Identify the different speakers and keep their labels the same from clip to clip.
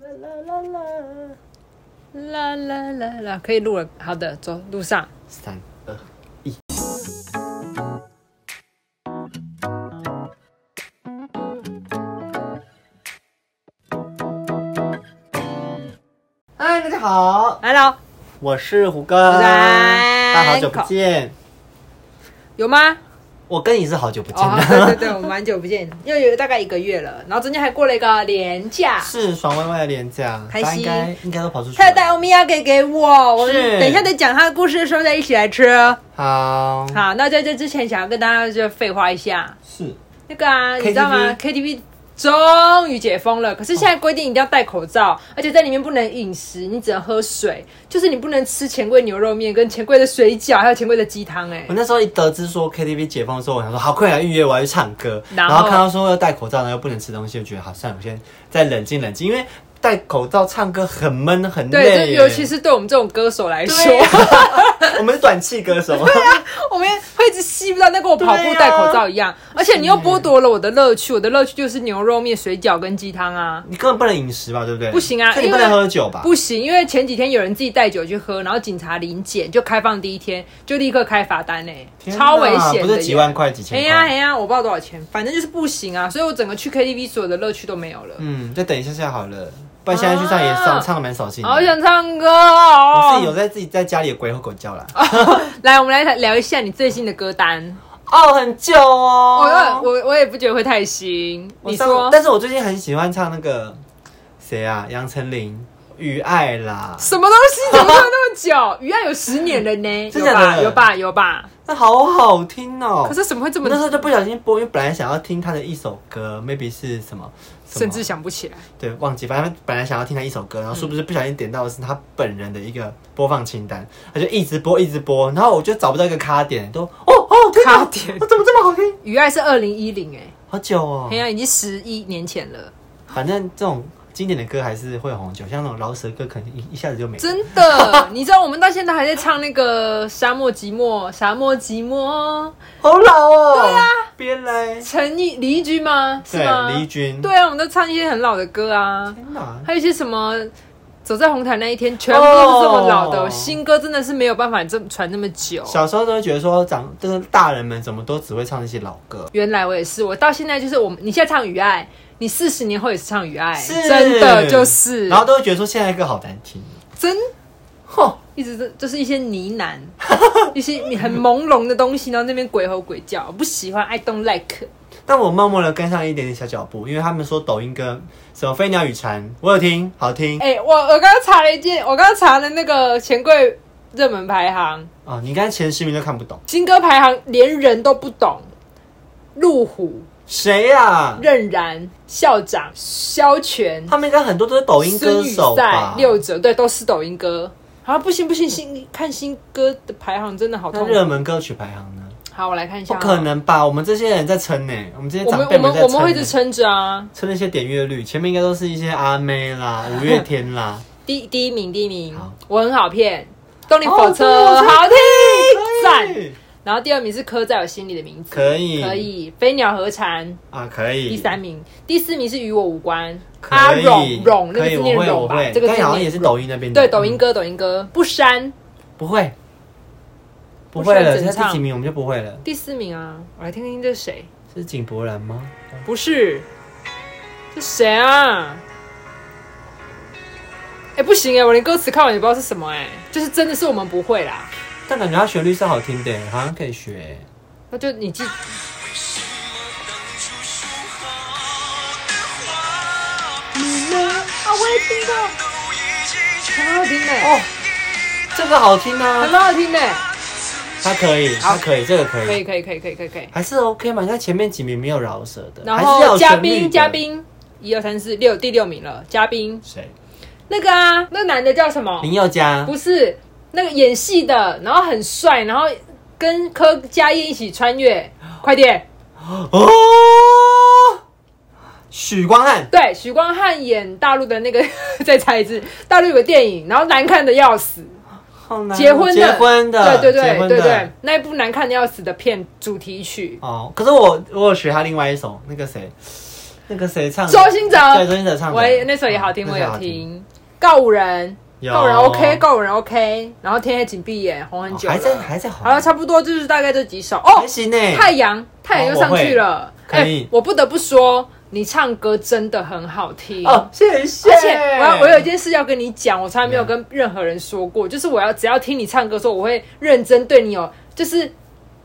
Speaker 1: 啦啦啦
Speaker 2: 啦啦啦啦，可以录了。好的，走，路上。
Speaker 3: 三二，嗨，大家好，
Speaker 2: Hello，
Speaker 3: 我是胡歌，
Speaker 2: 胡
Speaker 3: 大
Speaker 2: 丹
Speaker 3: 家好久不见，
Speaker 2: 有吗？
Speaker 3: 我跟你是好久不见
Speaker 2: 哦，
Speaker 3: 的，
Speaker 2: 对对对，我们蛮久不见，又有大概一个月了。然后中间还过了一个年假，
Speaker 3: 是爽歪歪的廉价，
Speaker 2: 开
Speaker 3: 大家
Speaker 2: 心
Speaker 3: 应该应该都跑出去
Speaker 2: 他有
Speaker 3: 了，
Speaker 2: 带欧米亚给给我，我
Speaker 3: 是
Speaker 2: 们等一下再讲他的故事的时候再一起来吃。
Speaker 3: 好，
Speaker 2: 好，那在这之前想要跟大家就废话一下，
Speaker 3: 是
Speaker 2: 那个啊，你知道吗
Speaker 3: KTV
Speaker 2: ？KTV 终于解封了，可是现在规定一定要戴口
Speaker 3: 哦
Speaker 2: 罩，而且在里面不能饮食，你只能喝水，就是你不能吃钱柜牛肉面、跟钱柜的水饺，还有钱柜的鸡汤、
Speaker 3: 我
Speaker 2: 哎，
Speaker 3: 那时候一得知说 KTV 解封的时候，我想说好快来预约，我要去唱歌。
Speaker 2: 然
Speaker 3: 然
Speaker 2: 后
Speaker 3: 后看到说要戴口罩，然后又不能吃东西，就觉得好，算了，我先再冷静冷静，因为戴口罩唱歌很闷很累
Speaker 2: 对，就
Speaker 3: 耶。
Speaker 2: 尤其是对我们这种歌手来说，
Speaker 3: 我们是短气歌手，
Speaker 2: 我们会一直吸不到，那跟我跑步戴口罩一样，
Speaker 3: 啊
Speaker 2: 而且你又剥夺了我的乐趣，我的乐趣就是牛肉面、水饺跟鸡汤啊。
Speaker 3: 你根本不能饮食吧，对不对？
Speaker 2: 不行啊
Speaker 3: 所以你
Speaker 2: 因
Speaker 3: 不
Speaker 2: 为
Speaker 3: 能喝酒吧？
Speaker 2: 不行，因为前几天有人自己带酒去喝，然后警察临检，就开放第一天就立刻开罚单呢、
Speaker 3: 天哪
Speaker 2: 超危险的耶，
Speaker 3: 不是几万块几千
Speaker 2: 哎
Speaker 3: 块？
Speaker 2: 呀哎呀，我不知道多少钱，反正就是不行啊，所以我整个去 KTV 所有的乐趣都没有了。
Speaker 3: 嗯，再等一下下好了，不然现在去唱也唱、
Speaker 2: 啊
Speaker 3: 唱的蛮扫兴的。
Speaker 2: 好想唱歌
Speaker 3: 我自己有
Speaker 2: 哦！
Speaker 3: 在自己在家里有鬼吼狗叫啦。
Speaker 2: 来，我们来聊一下你最新的歌单。
Speaker 3: 哦，很旧
Speaker 2: 我
Speaker 3: 哦。
Speaker 2: 我我也不觉得会太新。
Speaker 3: 我
Speaker 2: 你
Speaker 3: 上
Speaker 2: 说
Speaker 3: 但是我最近很喜欢唱那个谁啊，杨丞琳《雨爱》啦，
Speaker 2: 什么东西？怎么唱那么久？鱼爱有十年了呢，
Speaker 3: 真
Speaker 2: 有
Speaker 3: 的假
Speaker 2: 吧？
Speaker 3: 的
Speaker 2: 有吧？有吧？
Speaker 3: 那好好听哦、
Speaker 2: 可是怎么会这
Speaker 3: 我那时候
Speaker 2: 么？
Speaker 3: 就不小心播，因为本来想要听他的一首歌，maybe 是什么，什么
Speaker 2: 甚至想不起来。
Speaker 3: 对忘记，反正本来想要听他一首歌，然后是不
Speaker 2: 嗯
Speaker 3: 是不小心点到的是他本人的一个播放清单，他就一直播一直播，然后我就找不到一个卡点，都哦哦天哪
Speaker 2: 卡点
Speaker 3: 我怎么这么好听？
Speaker 2: 鱼爱是二零一零，哎，
Speaker 3: 好久哦、
Speaker 2: 黑暗已经十一年前了，
Speaker 3: 反正这种经典的歌还是会红久，像那种饶舌歌可能一一下子就没了。
Speaker 2: 真 的。你知道我们到现在还在唱那个《沙漠寂寞》，沙漠寂寞，
Speaker 3: 好老哦、对啊，别来，
Speaker 2: 陈奕李翊君吗？是吗？
Speaker 3: 对，黎君，
Speaker 2: 对啊，我们都唱一些很老的歌啊，
Speaker 3: 天哪，
Speaker 2: 还有一些什么《走在红毯那一天》，全部都是这么老的、
Speaker 3: 哦
Speaker 2: 新歌，真的是没有办法这么传那么久。
Speaker 3: 小时候都会觉得说长，就是大人们怎么都只会唱那些老歌。
Speaker 2: 原来我也是，我到现在就是我们，你现在唱《雨爱》，你四十年后也是唱《雨爱》，
Speaker 3: 是
Speaker 2: 哎真的就是，
Speaker 3: 然后都会觉得说现在歌好难听，
Speaker 2: 真
Speaker 3: 哼，
Speaker 2: 一直都就是一些呢喃， 一些你很朦胧的东西，然后那边鬼吼鬼叫，我不喜欢，I don't like。
Speaker 3: 但我默默的跟上一点点小脚步，因为他们说抖音歌什么《飞鸟与蝉》，我有听，好听
Speaker 2: 哎、我我刚刚查了一件，我刚刚查了那个钱柜热门排行，
Speaker 3: 哦。你刚才前十名都看不懂，
Speaker 2: 新歌排行连人都不懂，路虎、
Speaker 3: 谁呀、啊？
Speaker 2: 任然、校长、萧全、
Speaker 3: 他们应该很多都是抖音歌
Speaker 2: 孙宇
Speaker 3: 手
Speaker 2: 赛
Speaker 3: 吧？、
Speaker 2: 六哲，对，都是抖音歌。啊，不行不行，新看新歌的排行真的好
Speaker 3: 那
Speaker 2: 痛苦。
Speaker 3: 热门歌曲排行呢？
Speaker 2: 好，我来看一下。
Speaker 3: 不可，能吧？我们这些人在撑呢、我们这些
Speaker 2: 啊我们
Speaker 3: 长辈
Speaker 2: 我们
Speaker 3: 在
Speaker 2: 我
Speaker 3: 撑、
Speaker 2: 们会一直
Speaker 3: 欸，
Speaker 2: 撑着啊。
Speaker 3: 撑那些点阅率，前面应该都是一些阿妹啦、五月天啦。
Speaker 2: 第第一名，第一名
Speaker 3: 好，
Speaker 2: 我很好骗。动力火车
Speaker 3: 哦动力火车
Speaker 2: 好听，赞。
Speaker 3: 赞，
Speaker 2: 然后第二名是刻在我心里的名字，
Speaker 3: 可以
Speaker 2: 可以。飞鸟和蝉，
Speaker 3: 啊，可以。
Speaker 2: 第三名，第四名是与我无关。
Speaker 3: 可以
Speaker 2: 阿荣荣，那
Speaker 3: 可
Speaker 2: 个
Speaker 3: 以，
Speaker 2: 字
Speaker 3: 我
Speaker 2: 念
Speaker 3: 会，
Speaker 2: 荣
Speaker 3: 我
Speaker 2: 吧
Speaker 3: 会，，
Speaker 2: 这个字
Speaker 3: 但好像
Speaker 2: 念
Speaker 3: 也是抖音那边的，
Speaker 2: 对抖音
Speaker 3: 嗯
Speaker 2: 歌，抖音歌不删。
Speaker 3: 不会，不
Speaker 2: 不
Speaker 3: 会
Speaker 2: 是
Speaker 3: 了，
Speaker 2: 整
Speaker 3: 现在
Speaker 2: 唱
Speaker 3: 第几名我们就不会了，
Speaker 2: 第四名啊，我来听听这是谁。
Speaker 3: 是井柏然吗？
Speaker 2: 不是，这谁啊？哎、不行哎、我连歌词看完也不知道是什么哎、就是真的是我们不会啦。
Speaker 3: 但感觉他旋律是好听的，好像可以学。
Speaker 2: 那就你记，你呢？啊，我也听过，很好听的、
Speaker 3: 哦，这个好听
Speaker 2: 还
Speaker 3: 啊，
Speaker 2: 蛮好听的、
Speaker 3: 他可以，他可以，这个可
Speaker 2: 可以
Speaker 3: 以，
Speaker 2: 可以可以可以可以可以。
Speaker 3: 还是 OK 嘛？你看前面几名没有饶舌的，
Speaker 2: 然
Speaker 3: 还是要
Speaker 2: 后
Speaker 3: 有
Speaker 2: 嘉
Speaker 3: 旋律
Speaker 2: 宾
Speaker 3: 的
Speaker 2: 嘉宾，一二三四六，第六名了。嘉宾
Speaker 3: 谁？
Speaker 2: 那个啊，那男的叫什么？
Speaker 3: 林啊宥嘉，
Speaker 2: 不是那个演戏的，然后很帅，然后跟柯佳燕一起穿 越，快点！
Speaker 3: 哦，许光汉，
Speaker 2: 对，许光汉演大陆的那个， 再猜一次，大陆有个电影，然后难看的要死，
Speaker 3: 好难哦
Speaker 2: 啊结婚的，
Speaker 3: 结婚的，
Speaker 2: 对对
Speaker 3: 结
Speaker 2: 对
Speaker 3: 婚
Speaker 2: 对
Speaker 3: 的
Speaker 2: 对，那一部难看的要死的片主题曲，
Speaker 3: 哦，可是我我有学他另外一首那个谁，那个谁唱的？
Speaker 2: 周兴哲，
Speaker 3: 对，周兴哲唱的。
Speaker 2: 我也那首也好听，
Speaker 3: 嗯
Speaker 2: 我
Speaker 3: 那首
Speaker 2: 有
Speaker 3: 好
Speaker 2: 听。告五人，
Speaker 3: 有
Speaker 2: 告五人 OK，告五人 OK。然后天黑请闭眼，红很
Speaker 3: 哦
Speaker 2: 久了。
Speaker 3: 还在还在红，
Speaker 2: 好了，差不多就是大概这几首哦
Speaker 3: 还。行呢。
Speaker 2: 太阳，太阳又上去了。
Speaker 3: 可以
Speaker 2: 哎我不得不说，你唱歌真的很好听。
Speaker 3: 哦，谢谢。
Speaker 2: 而且我要我有一件事要跟你讲，我从来没有跟任何人说过，就是我要只要听你唱歌的时候，我会认真对你有就是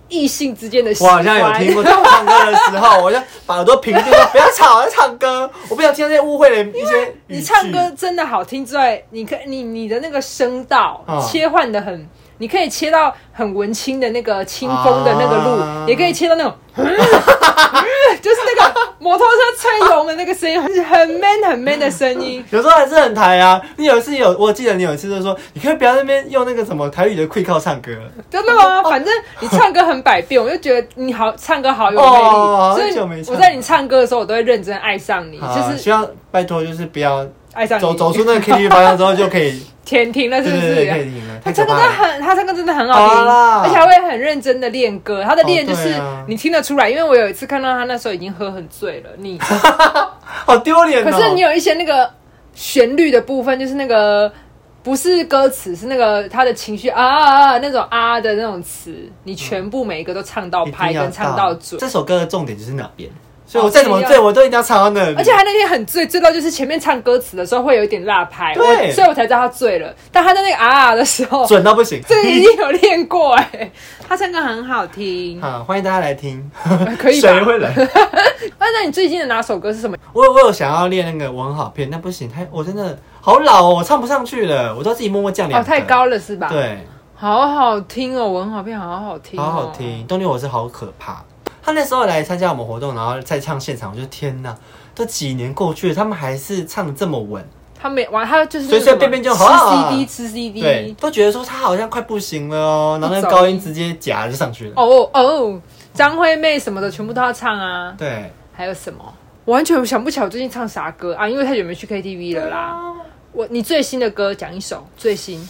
Speaker 2: 异性之间的喜
Speaker 3: 我
Speaker 2: 欢。
Speaker 3: 好像有听过，但我唱歌的时候，我就把耳朵屏住，不要吵，我在唱歌，我不想听那些误会的一些语句。
Speaker 2: 你唱歌真的好听之外，你可你你的那个声道、
Speaker 3: 嗯
Speaker 2: 切换的很，你可以切到很文青的那个清风的那个路，
Speaker 3: 啊
Speaker 2: 也可以切到那种， 嗯嗯就是那个摩托车吹龙的那个声音，很很 man 很 man 的声音。
Speaker 3: 有时候还是很台啊。你有一次有，我记得你有一次就说，你可以不要在那边用那个什么台语的 quick 靠唱歌。
Speaker 2: 真的 吗？反正你唱歌很百变，我就觉得你好唱歌好有魅力，
Speaker 3: 哦
Speaker 2: 所
Speaker 3: 很久没
Speaker 2: 以
Speaker 3: 唱
Speaker 2: 我在你唱歌的时候，我都会认真爱上你，
Speaker 3: 好
Speaker 2: 就
Speaker 3: 啊
Speaker 2: 是
Speaker 3: 希望拜托，就是 不要
Speaker 2: 爱上你。
Speaker 3: 走走出那个 KTV 包厢之后就可以，
Speaker 2: 甜听了
Speaker 3: 对
Speaker 2: 是不
Speaker 3: 对对，可以
Speaker 2: 是？
Speaker 3: 赢了。
Speaker 2: 他
Speaker 3: 太可
Speaker 2: 唱歌真
Speaker 3: 怕
Speaker 2: 的
Speaker 3: 了。
Speaker 2: 很，他唱歌真的很好听
Speaker 3: 好，啦
Speaker 2: 而且还会很认真的练歌。他的练就
Speaker 3: 哦
Speaker 2: 是
Speaker 3: 对啊
Speaker 2: 你听得出来，因为我有一次看到他那时候已经喝很醉了， 你
Speaker 3: 哦好丢脸
Speaker 2: 可
Speaker 3: 哦。
Speaker 2: 是你有一些那个旋律的部分，就是那个不是歌词，是那个他的情绪啊啊啊那种啊的那种词，你全部每一个都唱到
Speaker 3: 嗯一定
Speaker 2: 拍
Speaker 3: 要
Speaker 2: 跟唱到准。
Speaker 3: 这首歌的重点就是哪边，所以
Speaker 2: 哦
Speaker 3: 我再怎么
Speaker 2: 这样
Speaker 3: 醉，我都一定要唱到那里。
Speaker 2: 而且他那天很醉，醉到就是前面唱歌词的时候会有一点落拍，
Speaker 3: 对
Speaker 2: 我所以我才知道他醉了。但他在那个啊啊的时候，
Speaker 3: 准到不行。
Speaker 2: 这个一定有练过哎、他唱歌很好听，
Speaker 3: 好，欢迎大家来听，
Speaker 2: 可以吧？
Speaker 3: 谁会来？
Speaker 2: 那那你最近的哪首歌是什么？
Speaker 3: 我有我有想要练那个我很好骗，但不行，太我真的好老哦，我唱不上去了，我都自己默默降两
Speaker 2: 哦，
Speaker 3: 个。
Speaker 2: 太。高了是吧？，
Speaker 3: 对，
Speaker 2: 好好听哦，文好变好好听、哦，
Speaker 3: 好好。听。动力火车好可怕。他那时候来参加我们活动，然后再唱现场，我就天哪，都几年过去了，他们还是唱的这么稳。
Speaker 2: 他每晚他就是
Speaker 3: 随随便便就好啊
Speaker 2: 吃 CD 吃
Speaker 3: 对
Speaker 2: CD，，
Speaker 3: 都觉得说他好像快不行了哦，然后那个
Speaker 2: 不走音
Speaker 3: 高音直接夹就上去了。
Speaker 2: 哦哦，张惠妹什么的全部都要唱啊。
Speaker 3: 对，
Speaker 2: 还有什么？我完全想不起来我最近唱啥歌啊，因为太久没去 KTV 了啦。我你最新的歌讲一首，最新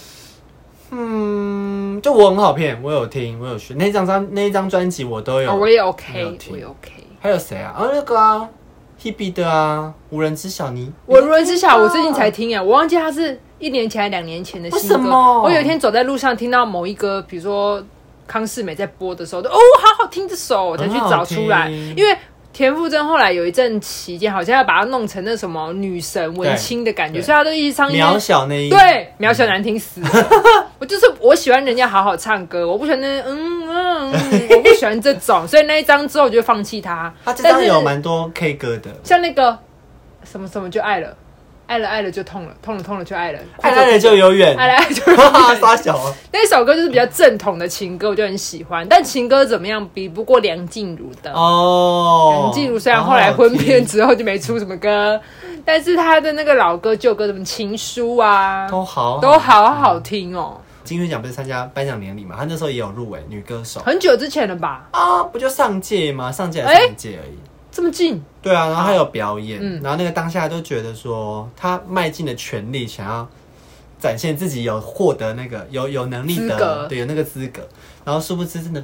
Speaker 3: 嗯，就我很好骗，我有听，我有学那张专那一张专辑我都有。
Speaker 2: 哦，我也
Speaker 3: 没
Speaker 2: OK，
Speaker 3: 有听
Speaker 2: 我也 OK。
Speaker 3: 还有谁啊？啊，那个啊，Hebe 的啊，无人知晓你。
Speaker 2: 我如人知晓，我最近才听哎，我忘记它是一年前还两年前的新歌。
Speaker 3: 为什么
Speaker 2: 我有一天走在路上，听到某一歌，比如说康世美在播的时候，就哦，好好听这首，我才去找出来，
Speaker 3: 很好听
Speaker 2: 因为。田馥甄后来有一阵期间，好像要把它弄成那什么女神文青的感觉，
Speaker 3: 对
Speaker 2: 所以她都一直唱一些
Speaker 3: 渺小那一
Speaker 2: 对，渺小难听 死了。我就是我喜欢人家好好唱歌，我不喜欢那嗯嗯，嗯我不喜欢这种，所以那一张之后我就放弃它。
Speaker 3: 他这张有
Speaker 2: 但是
Speaker 3: 蛮多 K 歌的，
Speaker 2: 像那个什么什么就爱了，爱了爱了就痛了，痛了痛了就爱了，
Speaker 3: 爱来了就有远，
Speaker 2: 爱了爱了就
Speaker 3: 哈哈，傻小啊，
Speaker 2: 那首歌就是比较正统的情歌，我就很喜欢。但情歌怎么样，比不过梁静茹的。
Speaker 3: 哦，
Speaker 2: 梁静茹虽然后来
Speaker 3: 好好
Speaker 2: 婚
Speaker 3: 听
Speaker 2: 变之后就没出什么
Speaker 3: 哦
Speaker 2: 歌，但是她的那个老歌、旧歌，什么《情书》啊，
Speaker 3: 哦都好，
Speaker 2: 都。好好听哦。
Speaker 3: 金曲奖不是参加颁奖典礼嘛，他那时候也有入围女歌手
Speaker 2: 很久之前了吧？
Speaker 3: 啊，不就上届吗？上届还
Speaker 2: 哎
Speaker 3: 是上届而已。
Speaker 2: 这么近，
Speaker 3: 对啊，然后他有表演，
Speaker 2: 嗯
Speaker 3: 然后那个当下都觉得说他迈尽了全力，想要展现自己有获得那个有有能力
Speaker 2: 资
Speaker 3: 的
Speaker 2: 格，
Speaker 3: 对，有那个资格。然后殊不知真的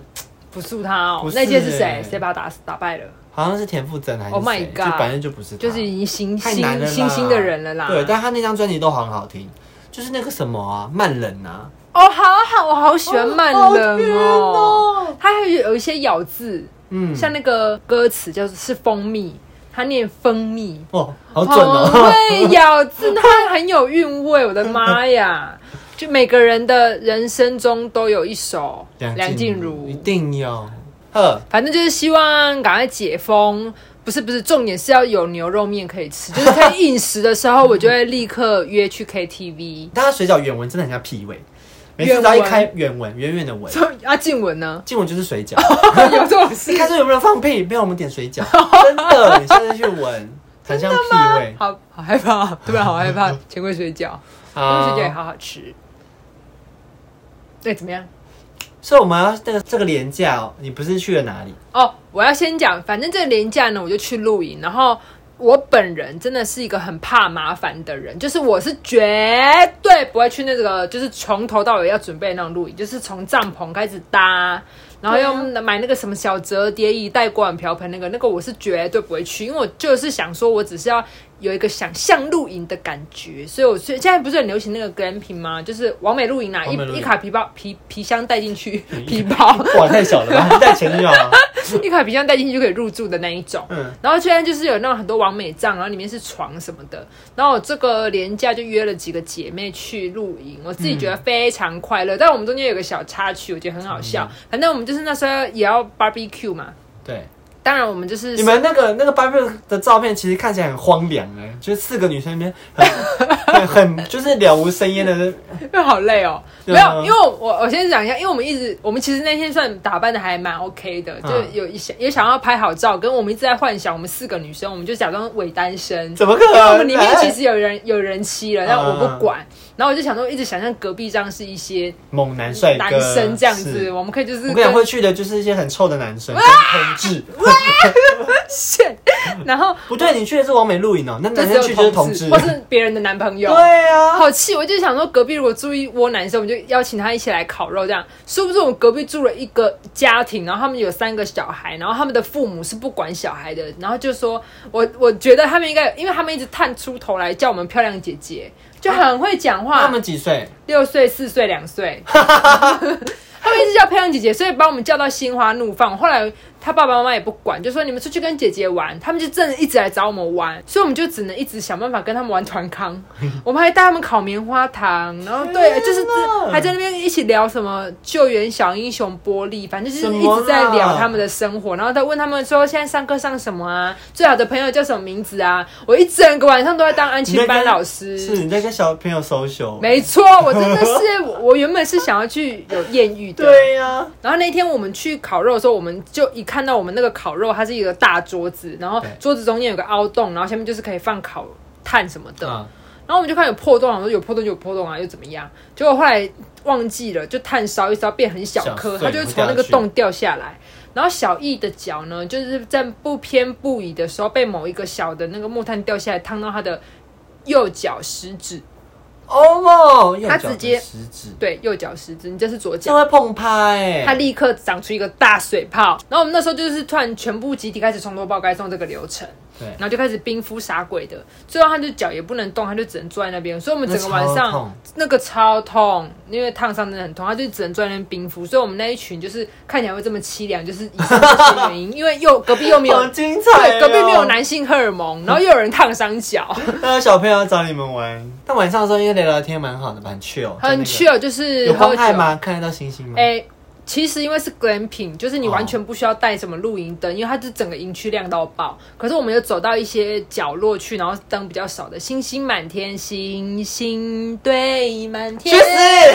Speaker 2: 不是他哦
Speaker 3: 不，是
Speaker 2: 那届是谁
Speaker 3: 欸？
Speaker 2: 谁把他打死打败了？
Speaker 3: 好像是田馥甄还是
Speaker 2: Oh my
Speaker 3: 谁
Speaker 2: god
Speaker 3: 就反正就不是他，
Speaker 2: 就是已经新
Speaker 3: 太难了
Speaker 2: 新
Speaker 3: 啦
Speaker 2: 新兴的人了啦。
Speaker 3: 对，但他那张专辑都很好听，就是那个什么啊，慢冷啊，
Speaker 2: 哦，好好，我好喜欢慢
Speaker 3: 好
Speaker 2: 冷
Speaker 3: 甜
Speaker 2: 哦。
Speaker 3: 哦，
Speaker 2: 他还有有一些咬字，
Speaker 3: 嗯，
Speaker 2: 像那个歌词叫做是蜂蜜，他念蜂蜜，
Speaker 3: 哦，好准哦，
Speaker 2: 会咬字，他很有韵味。我的妈 呀！就每个人的人生中都有一首 梁静茹
Speaker 3: 一，定有，呵，
Speaker 2: 反正就是希望赶快解封。不是不是，重点是要有牛肉面可以吃，就是在饮食的时候，我就会立刻约去 KTV。
Speaker 3: 但他水饺原文真的很像屁味，每次
Speaker 2: 原
Speaker 3: 只要一
Speaker 2: 文
Speaker 3: 开原文，远远的闻，
Speaker 2: 所以啊，静雯呢？
Speaker 3: 进文就是水饺。
Speaker 2: 有这种事
Speaker 3: 一？开始有没有放屁？没有，我们 点水饺，真的，你现在去闻，很像屁味。
Speaker 2: 好好害怕，突然好害怕。钱柜水饺，钱柜
Speaker 3: 啊
Speaker 2: 水饺也好好吃。对，怎么样？
Speaker 3: 所以我们要这个这个廉价哦，你不是去了哪里？
Speaker 2: 哦，我要先讲，反正这个廉假呢，我就去露营，然后。我本人真的是一个很怕麻烦的人，就是我是绝对不会去那个，就是从头到尾要准备那种露营，就是从帐篷开始搭，然后
Speaker 1: 对啊
Speaker 2: 又买那个什么小折叠椅、带锅碗瓢盆那个，那个我是绝对不会去，因为我就是想说，我只是要有一个想像露营的感觉，所以我所以现在不是很流行那个 glamping 吗？就是完美露营啦，
Speaker 3: 完美
Speaker 2: 一
Speaker 3: 露营
Speaker 2: 一卡皮包皮皮箱带进 去，皮包
Speaker 3: 哇，太小了 吧？带前女友啊？
Speaker 2: 一卡皮箱带进去就可以入住的那一种。
Speaker 3: 嗯，
Speaker 2: 然后现在就是有那种很多完美帐，然后里面是床什么的。然后我这个廉假就约了几个姐妹去露营，我自己觉得非常快乐。但我们中间有个小插曲，我觉得很好笑。
Speaker 3: 嗯
Speaker 2: 反正我们就是那时候也要 barbecue 嘛，
Speaker 3: 对，
Speaker 2: 当然我们就是
Speaker 3: 你们那个那个 barbecue 的照片其实看起来很荒凉哎，就是四个女生那边很很 很就是了无生烟的，
Speaker 2: 因为好累哦。
Speaker 3: 对
Speaker 2: 没
Speaker 3: 啊
Speaker 2: 有，因为我我先讲一下，因为我们一直我们其实那天算打扮的还蛮 OK 的，就
Speaker 3: 嗯
Speaker 2: 有一想也想要拍好照，跟我们一直在幻想我们四个女生，我们就假装伪单身，
Speaker 3: 怎么 可
Speaker 2: 因为
Speaker 3: 能？哎
Speaker 2: 我们里面其实有人有人妻了，但我不
Speaker 3: 嗯
Speaker 2: 管。然后我就想说，一直想象隔壁张是一些
Speaker 3: 猛男帅哥
Speaker 2: 男生这样子，
Speaker 3: 是
Speaker 2: 我们可以就是啊
Speaker 3: 我跟你讲，会
Speaker 2: 跟
Speaker 3: 去的就是一些很臭的男生，跟同志。
Speaker 2: 线， 然后
Speaker 3: 不对，你去的是完美露营哦，那
Speaker 2: 就
Speaker 3: 男生
Speaker 2: 只
Speaker 3: 去就是
Speaker 2: 有
Speaker 3: 同
Speaker 2: 同
Speaker 3: 志
Speaker 2: 志，或是别人的男朋友。
Speaker 3: 对啊，
Speaker 2: 好气！我就想说，隔壁如果住一窝男生，我们就邀请他一起来烤肉，这样。殊不知我们隔壁住了一个家庭，然后他们有三个小孩，然后他们的父母是不管小孩的，然后就说，我我觉得他们应该，因为他们一直探出头来叫我们漂亮姐姐，就很会讲话。
Speaker 3: 他们几岁？
Speaker 2: 六岁、四岁、两岁，他们一直叫漂亮姐姐，所以把我们叫到心花怒放。后来他爸爸妈妈也不管，就说你们出去跟姐姐玩，他们就真的一直来找我们玩，所以我们就只能一直想办法跟他们玩团康。我们还带他们烤棉花糖，然后对，就是
Speaker 3: 哪
Speaker 2: 还在那边一起聊什么救援小英雄玻璃，反正就是
Speaker 3: 什
Speaker 2: 一
Speaker 3: 么
Speaker 2: 直在聊
Speaker 3: 啦
Speaker 2: 他们的生活，然后再问他们说现在上课上什么啊，最好的朋友叫什么名字啊。我一整个晚上都在当安
Speaker 3: 你在
Speaker 2: 亲班
Speaker 3: 跟
Speaker 2: 老师，
Speaker 3: 是你在跟小朋友 social？
Speaker 2: 没错，我真的 是，我我原本是想要去有艳遇的。。
Speaker 3: 对呀，
Speaker 2: 然后那天我们去烤肉的时候，我们就一看到我们那个烤肉，它是一个大桌子，然后
Speaker 3: 对
Speaker 2: 桌子中间有个凹洞，然后下面就是可以放烤炭什么的。
Speaker 3: 嗯
Speaker 2: 然后我们就看有破洞，我说有破洞就有破洞啊，又怎么样？结果后来忘记了，就炭烧一烧变很小颗，
Speaker 3: 小碎
Speaker 2: 它就会从那个洞掉下来。然后小易的脚呢，就是在不偏不倚的时候，被某一个小的那个木炭掉下来，烫到他的右脚食指，
Speaker 3: 哦莫，右
Speaker 2: 他
Speaker 3: 脚
Speaker 2: 直接
Speaker 3: 的食指，
Speaker 2: 对，右脚食指，你这是左脚
Speaker 3: 这。会碰趴哎，
Speaker 2: 它立刻长出一个大水泡。然后我们那时候就是突然全部集体开始从头报该送这个流程，
Speaker 3: 对
Speaker 2: 然后就开始冰敷傻鬼的，最后他就脚也不能动，他就只能坐在那边。所以我们整个晚
Speaker 3: 那超
Speaker 2: 上
Speaker 3: 痛
Speaker 2: 那个超痛，因为烫伤真的很痛，他就只能坐在那边冰敷。所以我们那一群就是看起来会这么凄凉，就是以上这些 原因，因为又隔壁又没有
Speaker 3: 好。精彩
Speaker 2: 对，
Speaker 3: 哦，
Speaker 2: 隔壁没有男性荷尔蒙，然后又有人烫伤 脚，
Speaker 3: 那小朋友要找你们玩，但晚上的时候因为聊聊天蛮好的吧，很 chill，在那
Speaker 2: 很
Speaker 3: 个
Speaker 2: chill，就是
Speaker 3: 有
Speaker 2: 喝
Speaker 3: 光害
Speaker 2: 酒。
Speaker 3: 吗？看得到星星吗？
Speaker 2: 哎、其实因为是 glamping，就是
Speaker 3: 哦
Speaker 2: 你完全不需要带什么露营灯，因为它是整个营区亮到爆。可是我们有走到一些角落去，然后灯比较少的，星星满天，星星堆满
Speaker 3: 去
Speaker 2: 天。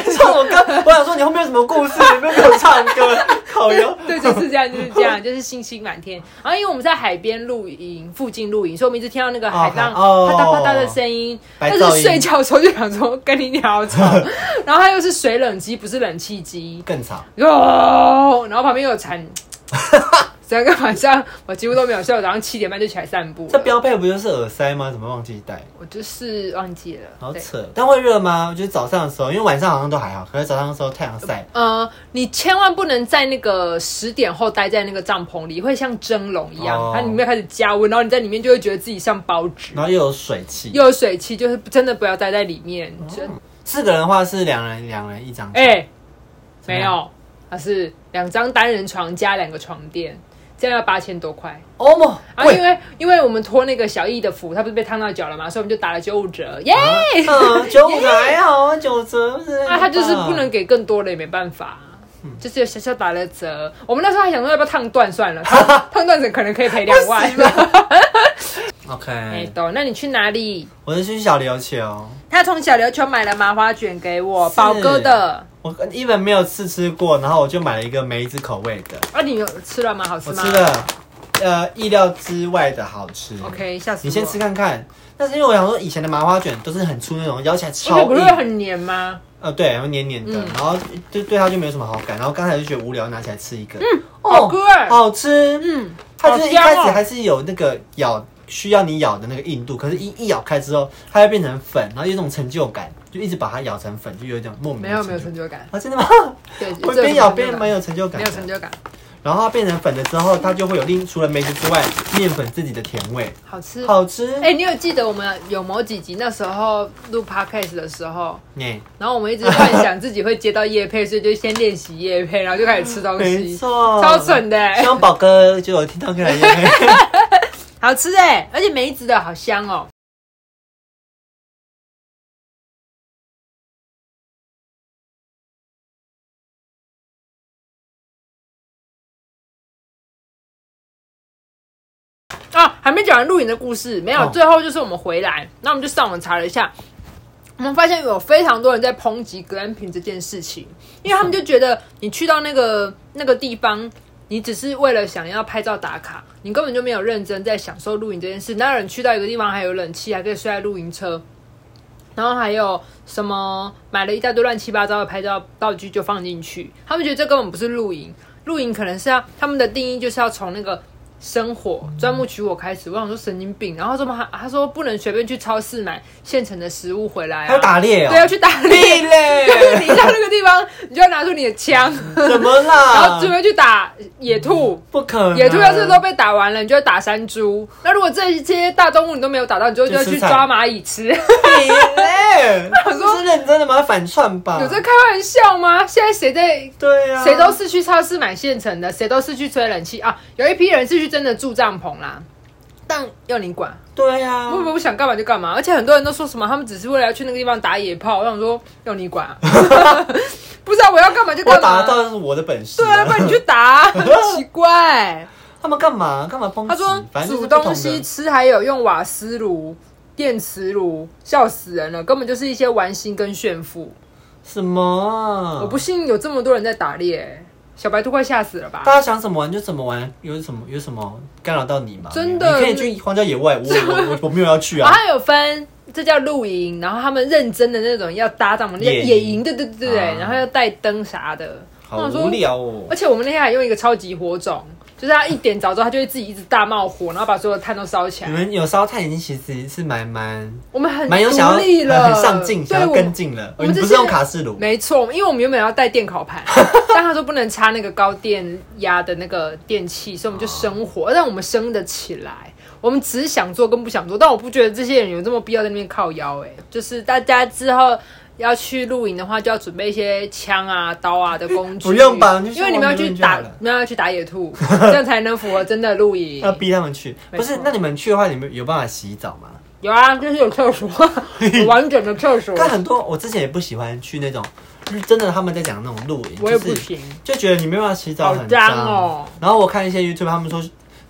Speaker 3: 死！唱我歌，我想说你后面有什么故事？你有没有唱 歌？好哟，
Speaker 2: 对，就是这样，就是这样， 就是星星满天。然后因为我们在海边露营，附近露营，所以我们一直听到那个海浪
Speaker 3: 哦哦
Speaker 2: 啪嗒啪嗒的声音。
Speaker 3: 白
Speaker 2: 但
Speaker 3: 噪
Speaker 2: 是
Speaker 3: 音
Speaker 2: 睡觉的时候就想说， 跟你聊 吵。然后它又是水冷机，不是冷气机。
Speaker 3: 更吵。
Speaker 2: 哟，然后旁边又有蝉， 整个晚上我几乎都没有睡，我早上七点半就起来散步了。
Speaker 3: 这标配不就是耳塞吗？怎么忘记带？
Speaker 2: 我就是忘记了。
Speaker 3: 好
Speaker 2: 对，
Speaker 3: 扯。但会热吗？我觉得早上的时候，因为晚上好像都还好，可是早上的时候太阳晒。
Speaker 2: 呃，你千万不能在那个十点后待在那个帐篷里，会像蒸笼一样，
Speaker 3: 哦
Speaker 2: 它里面开始加温，然后你在里面就会觉得自己像包纸，
Speaker 3: 然后又有水汽，
Speaker 2: 又有水汽，就是真的不要待在里面。
Speaker 3: 哦
Speaker 2: 就
Speaker 3: 四个人的话是两人两人一张床，
Speaker 2: 哎、
Speaker 3: 怎么
Speaker 2: 没
Speaker 3: 样
Speaker 2: 有，它是两张单人床加两个床垫，这样要八千多块。
Speaker 3: 哦莫
Speaker 2: 然后啊因为因为我们托那个小易的福，他不是被烫到脚了嘛，所以我们就打了九五折，耶、
Speaker 3: 嗯，九五折还好啊，九折是。
Speaker 2: 那、他就是不能给更多了，也没办法。就是有小小打了折，我们那时候还想说要不要烫断算 了，烫烫断整可能可以赔两万。 哎，
Speaker 3: 哦 OK，
Speaker 2: 懂？那你去哪里？
Speaker 3: 我是去小琉球，
Speaker 2: 他从小琉球买了麻花卷给我，宝哥的。
Speaker 3: 我一本没有试吃过，然后我就买了一个梅子口味的，
Speaker 2: 啊，你有吃了吗？好吃
Speaker 3: 我
Speaker 2: 吗？
Speaker 3: 吃。了，呃，意料之外的好吃。
Speaker 2: OK，下次
Speaker 3: 你先吃看看。但是因为我想说，以前的麻花卷都是很粗那种，咬起来
Speaker 2: 而且
Speaker 3: 超
Speaker 2: 哎不是
Speaker 3: 硬
Speaker 2: 会，很黏吗？
Speaker 3: 呃，对，然后黏黏的，
Speaker 2: 嗯
Speaker 3: 然后就对它就没有什么好感。然后刚才就觉得无聊，拿起
Speaker 2: 哦
Speaker 3: 来吃一个，嗯，
Speaker 2: 好割耳
Speaker 3: 好吃，
Speaker 2: 嗯，
Speaker 3: 它就是一开始
Speaker 2: 好香哦
Speaker 3: 还是有那个咬需要你咬的那个硬度，可是一，一咬开之后，它会变成粉，然后有一种成就感，就一直把它咬成粉，就有一种莫名的
Speaker 2: 没有没有
Speaker 3: 成
Speaker 2: 成就感，
Speaker 3: 就啊，真的 吗？
Speaker 2: 对，
Speaker 3: 会
Speaker 2: 只有
Speaker 3: 边咬
Speaker 2: 成就
Speaker 3: 边
Speaker 2: 感
Speaker 3: 蛮有成就感
Speaker 2: 没
Speaker 3: 的
Speaker 2: 有。成就感，
Speaker 3: 然后它变成粉了之后，它就会有另除了梅子之外，面粉自己的甜味，
Speaker 2: 好吃。
Speaker 3: 好吃。
Speaker 2: 哎、你有记得我们有某几集那时候录 podcast 的时候，
Speaker 3: 哎，
Speaker 2: 然后我们一直幻想自己会接到夜配，所以就先练习夜配，然后就开始吃东
Speaker 3: 没
Speaker 2: 西，
Speaker 3: 错，
Speaker 2: 超。准的、欸
Speaker 3: 希望宝哥就有听到可以来夜 配
Speaker 2: 好吃哎、而且梅子的好香哦、啊，还没讲完露营的故事，没有。
Speaker 3: 哦
Speaker 2: 最后就是我们回来，那我们就上网查了一下，我们发现有非常多人在抨击 glamping 这件事情，因为他们就觉得你去到那个那个地方，你只是为了想要拍照打卡，你根本就没有认真在享受露营这件事。哪有人去到一个地方还有冷气，还可以睡在露营车？然后还有什么买了一大堆乱七八糟的拍照道具就放进去，他们觉得这根本不是露营，露营可能是要他们的定义就是要从那个生火钻木取火开始。我想说神经病，然后怎么还他说不能随便去超市买现成的食物回来、啊，
Speaker 3: 还有打猎
Speaker 2: 对，要
Speaker 3: 哦，
Speaker 2: 去打
Speaker 3: 地
Speaker 2: 猎。 就是
Speaker 3: 嘞，
Speaker 2: 你到那个地方，你就要拿出你的 枪，
Speaker 3: 怎么
Speaker 2: 然后
Speaker 3: 啦
Speaker 2: 准？备去打野兔。
Speaker 3: 不可能，
Speaker 2: 野兔要是都被打完了，你就要打山猪。那如果这这些大动物你都没有打到，你就就要
Speaker 3: 就
Speaker 2: 去
Speaker 3: 吃菜
Speaker 2: 抓蚂蚁 吃。
Speaker 3: 你嘞，
Speaker 2: 想说
Speaker 3: 这是认真的吗？反串吧，
Speaker 2: 有在开玩笑吗？现在谁在？
Speaker 3: 对啊呀，
Speaker 2: 谁都是去超市买现成的，谁都是去吹冷气啊。有一批人是去真的住帐篷啦，但要你管，
Speaker 3: 对啊呀
Speaker 2: 我，不想干嘛就干嘛。而且很多人都说什么，他们只是为了要去那个地方打野炮。我想说，要你 管、啊？不知道我要干嘛就
Speaker 3: 我
Speaker 2: 干嘛。
Speaker 3: 打得到是我的本事。
Speaker 2: 对啊，不然你去打 啊、很奇怪。
Speaker 3: 他们干嘛？干嘛抨击？
Speaker 2: 他说
Speaker 3: 嗯反正
Speaker 2: 煮
Speaker 3: 就是不同的
Speaker 2: 东西吃还有用瓦斯炉、电磁炉，笑死人了，根本就是一些玩心跟炫富。
Speaker 3: 什么啊？
Speaker 2: 我不信有这么多人在打猎、小白兔快吓死了吧？
Speaker 3: 大家想怎么玩就怎么玩，有什么有什么干扰到你吗？
Speaker 2: 真的
Speaker 3: 你可以去荒郊野外，我我我我没有要去
Speaker 2: 然
Speaker 3: 啊
Speaker 2: 后。它有分，这叫露营，然后他们认真的那种要搭帐篷，那叫
Speaker 3: 野营
Speaker 2: 野营，对对对对，
Speaker 3: 啊
Speaker 2: 然后要带灯啥的。
Speaker 3: 好无聊哦
Speaker 2: 而！且我们那天还用一个超级火种，就是他一点着之后，他就会自己一直大冒火，然后把所有的炭都烧起
Speaker 3: 你
Speaker 2: 来。
Speaker 3: 们有烧炭已经其实是蛮蛮
Speaker 2: 我们很
Speaker 3: 蛮有想
Speaker 2: 独立
Speaker 3: 要呃
Speaker 2: 了，
Speaker 3: 很上进，
Speaker 2: 对
Speaker 3: 想要
Speaker 2: 我
Speaker 3: 跟进了。哦
Speaker 2: 我
Speaker 3: 你
Speaker 2: 们
Speaker 3: 不
Speaker 2: 这
Speaker 3: 是
Speaker 2: 些
Speaker 3: 用卡式炉，
Speaker 2: 没错，因为我们原本要带电烤 盘，但他说不能插那个高电压的那个电器，所以我们就生火，但我们生得起来。我们只想做跟不想做，但我不觉得这些人有这么必要在那边靠腰、欸。哎，就是大家之后要去露营的话，就要准备一些枪啊、刀啊的工具。
Speaker 3: 不用吧你就去
Speaker 2: 因为你们要去打
Speaker 3: 玩那边就好了，啊
Speaker 2: 你们要去打野 兔，这样才能符合真的露营
Speaker 3: 要。逼他们去。
Speaker 2: 没
Speaker 3: 不是
Speaker 2: 错，
Speaker 3: 那你们去的话，你们有办法洗澡吗？
Speaker 2: 有啊，就是有厕 所，有完整的厕所。
Speaker 3: 看很多，我之前也不喜欢去那种，就是真的他们在讲那种露营，
Speaker 2: 我也
Speaker 3: 就是
Speaker 2: 不行，
Speaker 3: 就觉得你没办法洗澡很
Speaker 2: 好脏哦
Speaker 3: 然后我看一些 YouTube，他们说，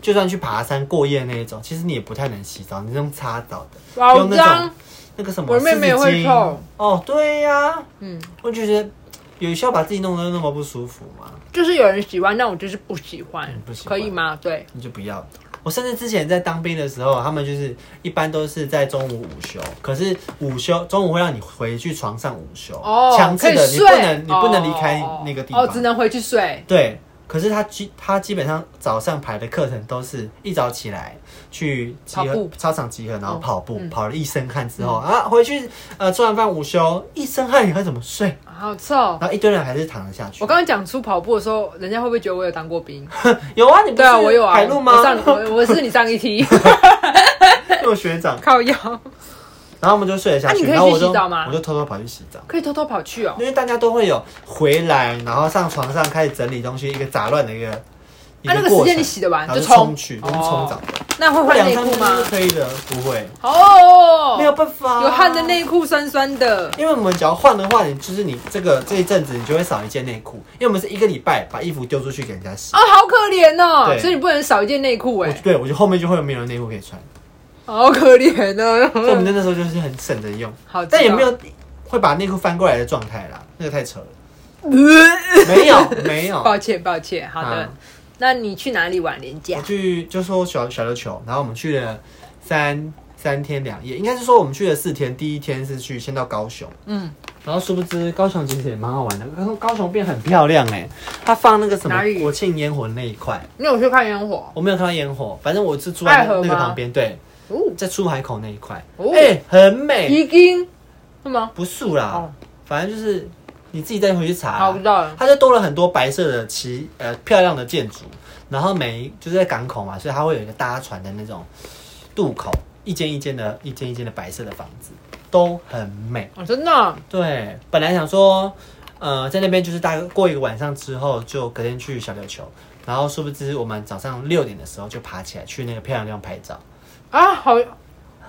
Speaker 3: 就算去爬山过夜那一种，其实你也不太能洗澡，你是用擦澡的，
Speaker 2: 好
Speaker 3: 用那
Speaker 2: 脏
Speaker 3: 种。那个什么
Speaker 2: 我妹妹
Speaker 3: 湿纸巾
Speaker 2: 会臭
Speaker 3: 哦，对呀、
Speaker 2: 嗯，
Speaker 3: 我就觉得有需要把自己弄得那么不舒服吗？
Speaker 2: 就是有人喜欢，但我就是不喜欢，
Speaker 3: 嗯不喜欢
Speaker 2: 可以吗？对，
Speaker 3: 那就不要。我甚至之前在当兵的时候，他们就是一般都是在中午午休，可是午休中午会让你回去床上午休，
Speaker 2: 哦，
Speaker 3: 强制
Speaker 2: 可
Speaker 3: 的，
Speaker 2: 以
Speaker 3: 你
Speaker 2: 睡
Speaker 3: 不能你不能
Speaker 2: 哦
Speaker 3: 离开那个地方，
Speaker 2: 哦，只能回去睡。
Speaker 3: 对，可是他基他基本上早上排的课程都是一早起来去集
Speaker 2: 跑
Speaker 3: 合
Speaker 2: 步
Speaker 3: 操场集合，然后跑步，
Speaker 2: 嗯
Speaker 3: 跑了一身汗之后、啊，回去呃吃完饭午休，一身汗你会怎么睡？
Speaker 2: 好臭！
Speaker 3: 然后一堆人还是躺了下去
Speaker 2: 我。刚刚讲出跑步的时候，人家会不会觉得我有当过 兵？
Speaker 3: 有啊，你不
Speaker 2: 对啊，我有啊，
Speaker 3: 海陆吗
Speaker 2: 我？上我我是你上一 梯
Speaker 3: 有学长，
Speaker 2: 靠腰，
Speaker 3: 然后我们就睡了下
Speaker 2: 啊你
Speaker 3: 去，
Speaker 2: 可以
Speaker 3: 然后我
Speaker 2: 去洗
Speaker 3: 就
Speaker 2: 澡吗
Speaker 3: 我就偷偷跑去洗澡。
Speaker 2: 可以偷偷跑去哦。
Speaker 3: 因为大家都会有回来，然后上床上开始整理东西，一个杂乱的一个一
Speaker 2: 啊那个
Speaker 3: 过
Speaker 2: 时间
Speaker 3: 程
Speaker 2: 你洗得完
Speaker 3: 然后
Speaker 2: 就
Speaker 3: 就
Speaker 2: 冲
Speaker 3: 冲去，就是冲
Speaker 2: 哦
Speaker 3: 澡的，
Speaker 2: 那会换
Speaker 3: 两
Speaker 2: 内
Speaker 3: 三
Speaker 2: 裤
Speaker 3: 分
Speaker 2: 吗
Speaker 3: 钟就？可以了，不会。
Speaker 2: 哦，
Speaker 3: 没有办法、啊
Speaker 2: 有汗的。内裤酸酸的，
Speaker 3: 因为我们只要换的话，你就是你这个这一阵子你就会少一件内裤，因为我们是一个礼拜把衣服丢出去给人家洗。
Speaker 2: 啊，好可怜哦。
Speaker 3: 对
Speaker 2: 所以你不能少一件内裤
Speaker 3: 我
Speaker 2: 哎，
Speaker 3: 对我就后面就会有没有内裤可以穿，
Speaker 2: 好可怜
Speaker 3: 所以我们
Speaker 2: 哦。
Speaker 3: 在那时候就是很省着用，
Speaker 2: 好，
Speaker 3: 但也
Speaker 2: 知道
Speaker 3: 没有会把内裤翻过来的状态啦，那个太 扯了。
Speaker 2: 呃
Speaker 3: 没有没有，
Speaker 2: 抱歉，抱歉。好的，
Speaker 3: 啊
Speaker 2: 那你去哪里玩年假
Speaker 3: 我？去就说小小琉球，然后我们去了三三天两夜，应该是说我们去了四天，第一天是去先到高雄，
Speaker 2: 嗯，
Speaker 3: 然后殊不知高雄其实也蛮好玩的，高高雄变很漂亮哎、它放那个什么
Speaker 2: 哪里
Speaker 3: 国庆烟火那一块，
Speaker 2: 你有去看烟火？
Speaker 3: 我没有看到烟火，反正我是住在
Speaker 2: 爱河
Speaker 3: 那个
Speaker 2: 吗
Speaker 3: 旁边，对，
Speaker 2: 哦，
Speaker 3: 在出海口那一块，哎、
Speaker 2: 哦
Speaker 3: 很美，
Speaker 2: 已经是吗？
Speaker 3: 不素啦，
Speaker 2: 哦
Speaker 3: 反正就是你自己再回去查啦
Speaker 2: 好，我知道了。
Speaker 3: 它就多了很多白色的旗，呃，漂亮的建筑。然后每一就是在港口嘛，所以它会有一个搭船的那种渡口，一间一间的，一间一间的白色的房子，都很美。
Speaker 2: 哦，真的啊
Speaker 3: 对，本来想说，呃，在那边就是大概过一个晚上之后，就隔天去小琉球。然后殊不知，我们早上六点的时候就爬起来去那个漂亮地方拍照，
Speaker 2: 啊，好，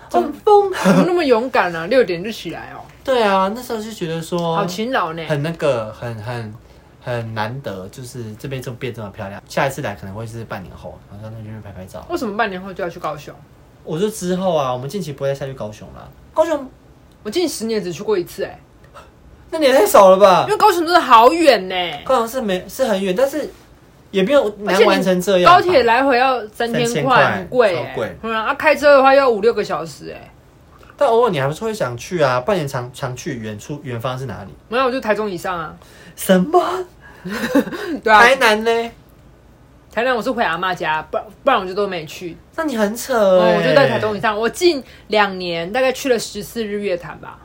Speaker 2: 怎
Speaker 3: 很疯。
Speaker 2: 么那么勇敢呢？ 六点就起来哦，
Speaker 3: 对啊，那时候就觉得说，
Speaker 2: 好勤劳呢。
Speaker 3: 很那个，很很很难得，就是这边就变这么漂亮。下一次来可能会是半年后，然后到那边拍拍照。
Speaker 2: 为什么半年后就要去高雄？
Speaker 3: 我说之后啊，我们近期不会再下去高雄了。高雄，
Speaker 2: 我近十年只去过一次，哎，
Speaker 3: 那你也太少了吧
Speaker 2: 因？为高雄真的好远呢，
Speaker 3: 高雄是没是很远，但是也没有
Speaker 2: 而
Speaker 3: 难
Speaker 2: 且
Speaker 3: 玩成这
Speaker 2: 你
Speaker 3: 样吧。
Speaker 2: 高铁来回要啊三
Speaker 3: 3000
Speaker 2: 千
Speaker 3: 块
Speaker 2: 块，很贵哎
Speaker 3: 超贵，
Speaker 2: 嗯啊，开车的话要五六个小时，哎，
Speaker 3: 但偶尔你还是会想去啊。半年常常去远处远方是哪里？
Speaker 2: 没有就台中以上啊，
Speaker 3: 什么？
Speaker 2: 对啊，
Speaker 3: 台南呢？
Speaker 2: 台南我是回阿妈家，不然不然我就都没去。
Speaker 3: 那你很扯
Speaker 2: 哦
Speaker 3: 哎、，
Speaker 2: 我就在台中以上，我近两年大概去了十次日月潭吧，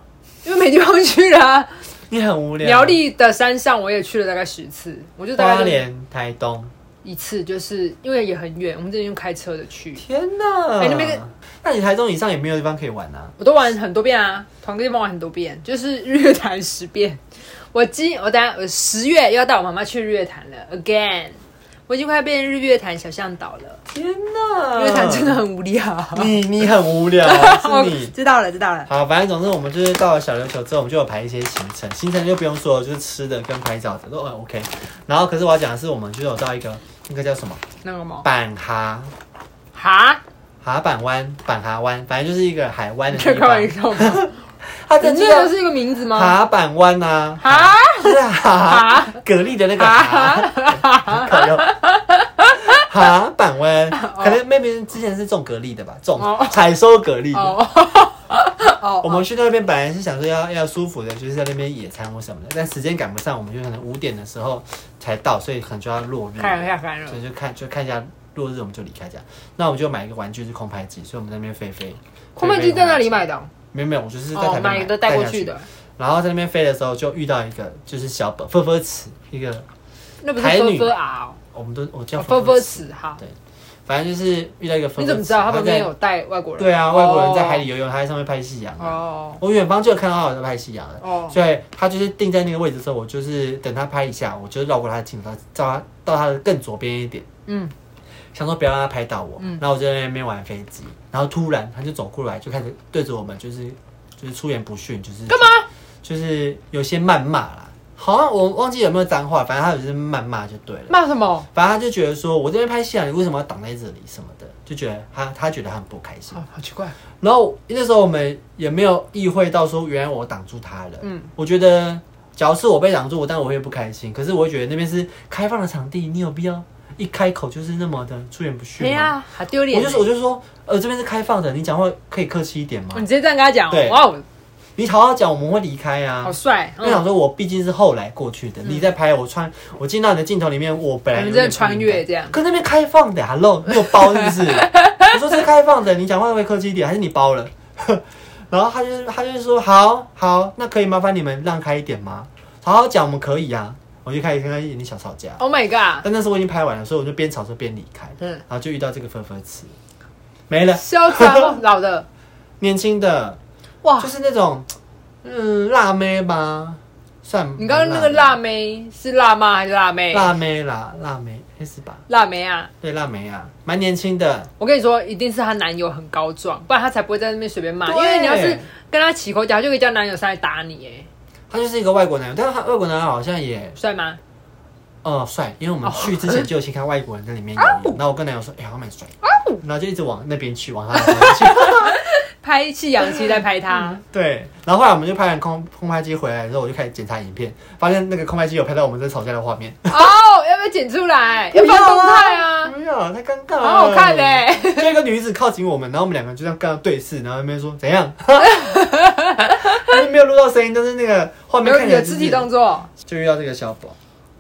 Speaker 2: 因为没地方去了啊、
Speaker 3: 你很无聊。
Speaker 2: 苗、栗的山上我也去了大概十次，我就大
Speaker 3: 花
Speaker 2: 概就
Speaker 3: 莲、台东。
Speaker 2: 一次，就是因为也很远，我们之前用开车的去，
Speaker 3: 天哪！
Speaker 2: 哎那边
Speaker 3: 那你台中以上也没有地方可以玩啊？
Speaker 2: 我都玩很多遍啊，同一个地方玩很多遍，就是日月潭十遍。 我今我等下我十月又要带我妈妈去日月潭了，again，我已经快变日月潭小向导了，
Speaker 3: 天哪！
Speaker 2: 日月潭真的很无聊。
Speaker 3: 你你很无聊，
Speaker 2: 我
Speaker 3: 是你。
Speaker 2: 知道了，知道了。
Speaker 3: 好，反正总之我们就是到了小琉球之后，我们就有排一些行程，行程就不用说了，就是吃的跟拍照的都很 OK。然后可是我要讲的是，我们就有到一个那个叫什么
Speaker 2: 那个吗？
Speaker 3: 板哈
Speaker 2: 哈，
Speaker 3: 哈板湾、板哈湾，反正就是一个海湾的
Speaker 2: 你
Speaker 3: 地
Speaker 2: 在开玩
Speaker 3: 方。
Speaker 2: 笑吗？
Speaker 3: 它
Speaker 2: 你
Speaker 3: 真
Speaker 2: 那个
Speaker 3: 的
Speaker 2: 是一个名字吗？
Speaker 3: 哈板湾啊，
Speaker 2: 哈
Speaker 3: 是哈
Speaker 2: 哈
Speaker 3: 蛤蜊的那个哈。
Speaker 2: 哈，
Speaker 3: 可能哈板湾，可能 maybe 之前是种蛤蜊的吧，种
Speaker 2: 哦
Speaker 3: 采收蛤蜊的。
Speaker 2: 哦哦，
Speaker 3: 我们去那边本来是想说要要舒服的，就是在那边野餐或什么的，但时间赶不上，我们就可能五点的时候才到，所以可能就要落日，
Speaker 2: 看一下看了
Speaker 3: 所，以就看就看一下落日，我们就离开这样。那我们就买一个玩具是空拍机，所以我们在那边飞飞。
Speaker 2: 空拍机在那里？买的哦，
Speaker 3: 没有没有，我就是在台
Speaker 2: 哦
Speaker 3: 北
Speaker 2: 买的带过去。的，
Speaker 3: 然后在那边飞的时候，就遇到一个就是小本分分池，一个
Speaker 2: 那不是
Speaker 3: 台
Speaker 2: 分
Speaker 3: 女
Speaker 2: 分啊，
Speaker 3: 我们都我叫
Speaker 2: 哦分分尺哈
Speaker 3: 对。反正就是遇到一个分
Speaker 2: 你
Speaker 3: 分
Speaker 2: 怎
Speaker 3: 池。
Speaker 2: 么知道他旁
Speaker 3: 在
Speaker 2: 边有带外国人？
Speaker 3: 对啊，外国人在海
Speaker 2: 哦
Speaker 3: 里游泳，他在上面拍夕阳啊。
Speaker 2: 哦
Speaker 3: 我远方就有看到他有在拍夕阳的，
Speaker 2: 哦，
Speaker 3: 所以他就是定在那个位置的时候，我就是等他拍一下，我就绕过他的镜头，到他到他的更左边一点，
Speaker 2: 嗯，
Speaker 3: 想说不要让他拍到我。
Speaker 2: 嗯
Speaker 3: 然后我就在那边玩飞机，然后突然他就走过来，就开始对着我们就是就是出言不逊，就是干嘛？就是有些谩骂啦，好像我忘记有没有脏话，反正他有些谩骂就对了。
Speaker 2: 骂什么？
Speaker 3: 反正他就觉得说，我这边拍夕阳，你为什么要挡在这里什么的，就觉得他他觉得他很不开心。
Speaker 2: 哦，好奇怪，
Speaker 3: 然后那时候我们也没有意会到说，原来我挡住他了。
Speaker 2: 嗯，
Speaker 3: 我觉得，假如是我被挡住，我当然我会不开心。可是我会觉得那边是开放的场地，你有必要一开口就是那么的出言不逊
Speaker 2: 对
Speaker 3: 吗？
Speaker 2: 哎呀，好丢脸
Speaker 3: 我
Speaker 2: 欸。
Speaker 3: 就说，我就说，呃，这边是开放的，你讲话可以客气一点吗
Speaker 2: 哦你？直接这样跟他讲哦，
Speaker 3: 对
Speaker 2: 哇哦，
Speaker 3: 你好好讲，我们会离开啊。
Speaker 2: 好嗯帅，
Speaker 3: 我想说，我毕竟是后来过去的，你在拍我穿，我进到你的镜头里面，我本来
Speaker 2: 我们
Speaker 3: 有
Speaker 2: 在
Speaker 3: 点
Speaker 2: 穿
Speaker 3: 不敏感
Speaker 2: 越这样
Speaker 3: 可那边开放的，Hello，你有包是不 是？我说这是开放的，你讲话会客气一点，还是你包了？ 然后他就他就说，好好，那可以麻烦你们让开一点吗？好好讲，我们可以啊。我就开始跟他有点小吵架，
Speaker 2: ，Oh my god，
Speaker 3: 但那时候我已经拍完了，所以我就边吵着边离开，
Speaker 2: 嗯
Speaker 3: 然后就遇到这个分分词，没了，
Speaker 2: 嚣 张老的，
Speaker 3: 年轻的，
Speaker 2: 哇
Speaker 3: 就，是那种嗯辣妹吧，算
Speaker 2: 你刚刚那个
Speaker 3: 蛮
Speaker 2: 辣妹是辣妈还是辣妹？
Speaker 3: 辣妹啦，辣妹 S 吧，
Speaker 2: 辣妹啊！
Speaker 3: 对，辣妹啊，蛮年轻的，
Speaker 2: 我跟你说，一定是她男友很高壮，不然她才不会在那边随便骂。
Speaker 3: 对
Speaker 2: 因为你要是跟她起口角，她就可以叫男友上来打你，哎，
Speaker 3: 他就是一个外国男友，但是他外国男友好像也
Speaker 2: 帅吗？
Speaker 3: 哦帅，因为我们去之前就有先看外国人在
Speaker 2: 哦
Speaker 3: 里面游泳，然后我跟男友说，哎、好像蛮帅，然后就一直往那边去，往他那边去，
Speaker 2: 拍气氧机在拍他，
Speaker 3: 对，然后后来我们就拍完空空拍机回来之后，我就开始检查影片，发现那个空拍机有拍到我们在吵架的画 面。
Speaker 2: 哦，要不要剪出来？要不要动态啊？
Speaker 3: 不要，太尴尬了。
Speaker 2: 好好看欸嘞、
Speaker 3: 就一个女子靠近我们，然后我们两个就这样干到对视，然后那边说怎样， 就是没有录到声音，但是那个画面
Speaker 2: 有
Speaker 3: 看
Speaker 2: 你
Speaker 3: 起来
Speaker 2: 的
Speaker 3: 就是
Speaker 2: 肢体动作，
Speaker 3: 就遇到这个小宝。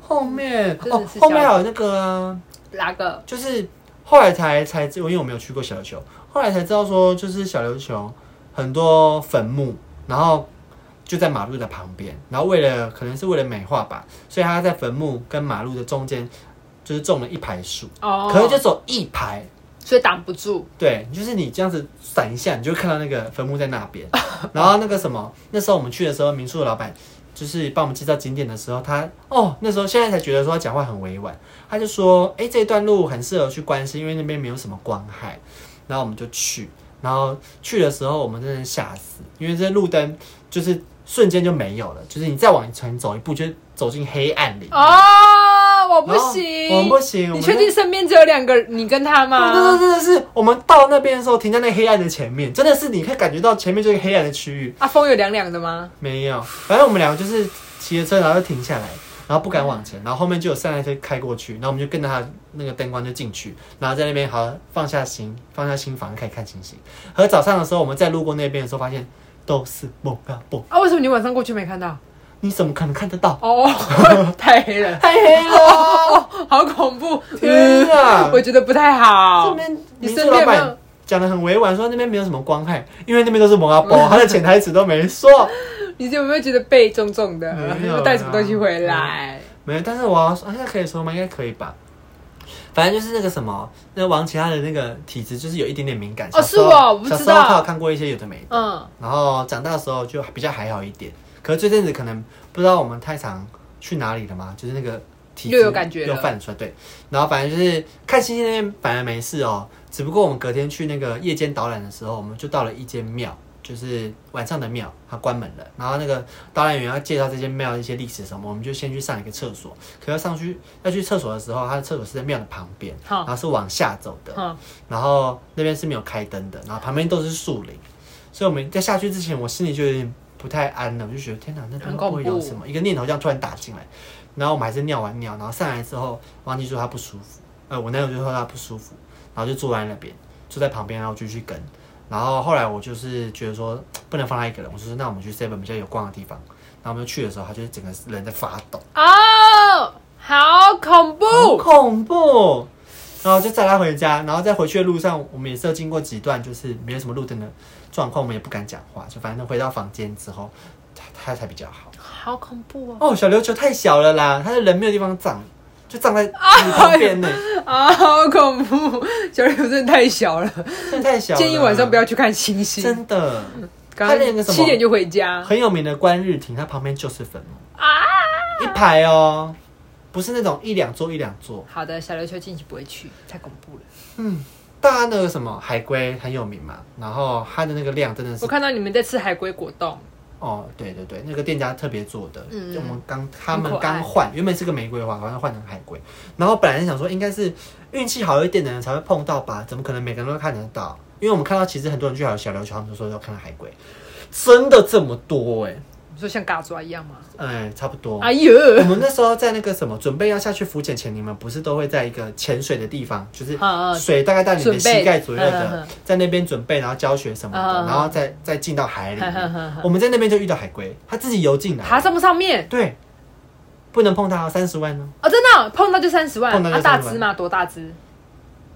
Speaker 3: 后面
Speaker 2: 真的
Speaker 3: 哦
Speaker 2: 是小，宝
Speaker 3: 后面还有那个啊，
Speaker 2: 哪个？
Speaker 3: 就是后来才才知，因为我没有去过小琉球，后来才知道说，就是小琉球很多坟墓，然后就在马路的旁边，然后为了可能是为了美化吧，所以他在坟墓跟马路的中间就是种了一排树，
Speaker 2: 哦，
Speaker 3: 可是就走一排，
Speaker 2: 所以挡不住。
Speaker 3: 对，就是你这样子闪一下，你就会看到那个坟墓在那边。 然后那个什么，那时候我们去的时候，民宿的老板就是帮我们介绍景点的时候，他哦，那时候现在才觉得说他讲话很委婉，他就说，哎、这段路很适合去观星，因为那边没有什么光害。然后我们就去，然后去的时候我们真的吓死，因为这路灯就是瞬间就没有了，就是你再往前走一步，就走进黑暗里。
Speaker 2: 哦，我不
Speaker 3: 然后
Speaker 2: 行，
Speaker 3: 我们不行，我
Speaker 2: 你
Speaker 3: 们
Speaker 2: 确定身边只有两个你跟他
Speaker 3: 对对对，
Speaker 2: 吗？
Speaker 3: 真的是我们到那边的时候，停在那黑暗的前面，真的是你可以感觉到前面就是黑暗的区域。
Speaker 2: 啊，风有凉凉的吗？
Speaker 3: 没有，反正我们两个就是骑着车，然后就停下来，然后不敢往前，然后后面就有散台车开过去，然后我们就跟着他那个灯光就进去，然后在那边好放下心，放下心房开始看星星。和早上的时候，我们再路过那边的时候，发现都是梦啊梦，
Speaker 2: 啊，为什么你晚上过去没看到？
Speaker 3: 你怎么可能看得到？
Speaker 2: 哦， 太黑了，
Speaker 3: 太黑了，
Speaker 2: 好恐怖，
Speaker 3: 天 啊！
Speaker 2: 我觉得不太
Speaker 3: 这
Speaker 2: 好。
Speaker 3: 边
Speaker 2: 你
Speaker 3: 民
Speaker 2: 身
Speaker 3: 宿老
Speaker 2: 边有没有
Speaker 3: 板讲的很委婉，说那边没有什么光害，因为那边都是蒙阿啊波，他的潜台词都没说。
Speaker 2: 你有没有觉得背重重的？
Speaker 3: 没有
Speaker 2: 要
Speaker 3: 啦
Speaker 2: 带什么东西回来？
Speaker 3: 没有，但是我要说，啊现在可以说吗？应该可以吧。反正就是那个什么，那王琦他的那个体质就是有一点点敏感。
Speaker 2: 哦
Speaker 3: 小时
Speaker 2: 是
Speaker 3: 候
Speaker 2: 哦我不知道
Speaker 3: 小时候他有看过一些有的没的，
Speaker 2: 嗯，
Speaker 3: 然后长大的时候就比较还好一点。可是最近子可能不知道我们太常去哪里了嘛，就是那个体质
Speaker 2: 又有感觉了
Speaker 3: 又泛出来。对，然后反正就是看星星那边反而没事哦，只不过我们隔天去那个夜间导览的时候，我们就到了一间庙，就是晚上的庙，它关门了。然后那个导览员要介绍这间庙的一些历史什么，我们就先去上一个厕所。可要上去要去厕所的时候，它的厕所是在庙的旁边，
Speaker 2: 好
Speaker 3: 然后是往下走的。
Speaker 2: 好，
Speaker 3: 然后那边是没有开灯的，然后旁边都是树林，所以我们在下去之前，我心里就有点不太安了，我就觉得天哪，那边
Speaker 2: 很
Speaker 3: 会
Speaker 2: 恐
Speaker 3: 不
Speaker 2: 怖
Speaker 3: 会有什么？一个念头这样突然打进来，然后我们还是尿完尿，然后上来之后，忘记说他不舒服，呃，我男友就说他不舒服，然后就坐在那边，坐在旁边，然后我就去跟，然后后来我就是觉得说不能放他一个人，我就说那我们去 seven 比较有逛的地方，然后我们就去的时候，他就是整个人在发抖。
Speaker 2: 哦，好恐
Speaker 3: 好
Speaker 2: 怖，
Speaker 3: 恐怖。然后就载他回家，然后在回去的路上，我们也是有经过几段就是没有什么路灯的状况，我们也不敢讲话，就反正回到房间之后，他他才比较 好。
Speaker 2: 好恐怖哦，
Speaker 3: 哦，小琉球太小了啦，他的人没有地方葬，就 葬在你旁边呢，
Speaker 2: 啊，好恐怖，小柳真的太小了，
Speaker 3: 真的太小了。
Speaker 2: 建议晚上不
Speaker 3: 要
Speaker 2: 要去看星 星，
Speaker 3: 真的。
Speaker 2: 刚
Speaker 3: 他连个什么
Speaker 2: 七点就回家
Speaker 3: 很有名的观日亭，它旁边就是坟墓，
Speaker 2: 啊。
Speaker 3: 一排哦，不是那种一两座一两座。
Speaker 2: 好的，小琉球近期不会去，太恐怖了。
Speaker 3: 嗯，大家那个什么海龟很有名嘛，然后它的那个量真的是
Speaker 2: 我看到你们在吃海龟果冻，
Speaker 3: 哦，对对对，那个店家特别做的，
Speaker 2: 嗯
Speaker 3: 就我们刚他们
Speaker 2: 很可爱
Speaker 3: 刚换，原本是个玫瑰花，好像换成海龟。然后本来是想说应该是运气好一点的人才会碰到吧，怎么可能每个人都看得到？因为我们看到其实很多人去小琉球，他们就说要看到海龟，真的这么多哎、
Speaker 2: 你说像嘎抓一样吗？
Speaker 3: 哎，差不多。
Speaker 2: 哎呦，
Speaker 3: 我们那时候在那个什么，准备要下去浮潜前，你们不是都会在一个潜水的地方，就是
Speaker 2: 啊啊
Speaker 3: 水大概到你们
Speaker 2: 准备
Speaker 3: 膝盖左
Speaker 2: 嗯
Speaker 3: 右
Speaker 2: 嗯
Speaker 3: 的
Speaker 2: 嗯，
Speaker 3: 在那边准备，然后教学什么
Speaker 2: 嗯
Speaker 3: 的，
Speaker 2: 嗯嗯
Speaker 3: 然后再再进到海里面
Speaker 2: 嗯嗯嗯嗯
Speaker 3: 我们在那边就遇到海龟，它自己游进来，
Speaker 2: 爬上不上面？
Speaker 3: 对，不能碰它，三十万呢，
Speaker 2: 哦，真的哦、碰到就三十万，
Speaker 3: 碰到就
Speaker 2: 啊、大
Speaker 3: 30万
Speaker 2: 只吗？多大只？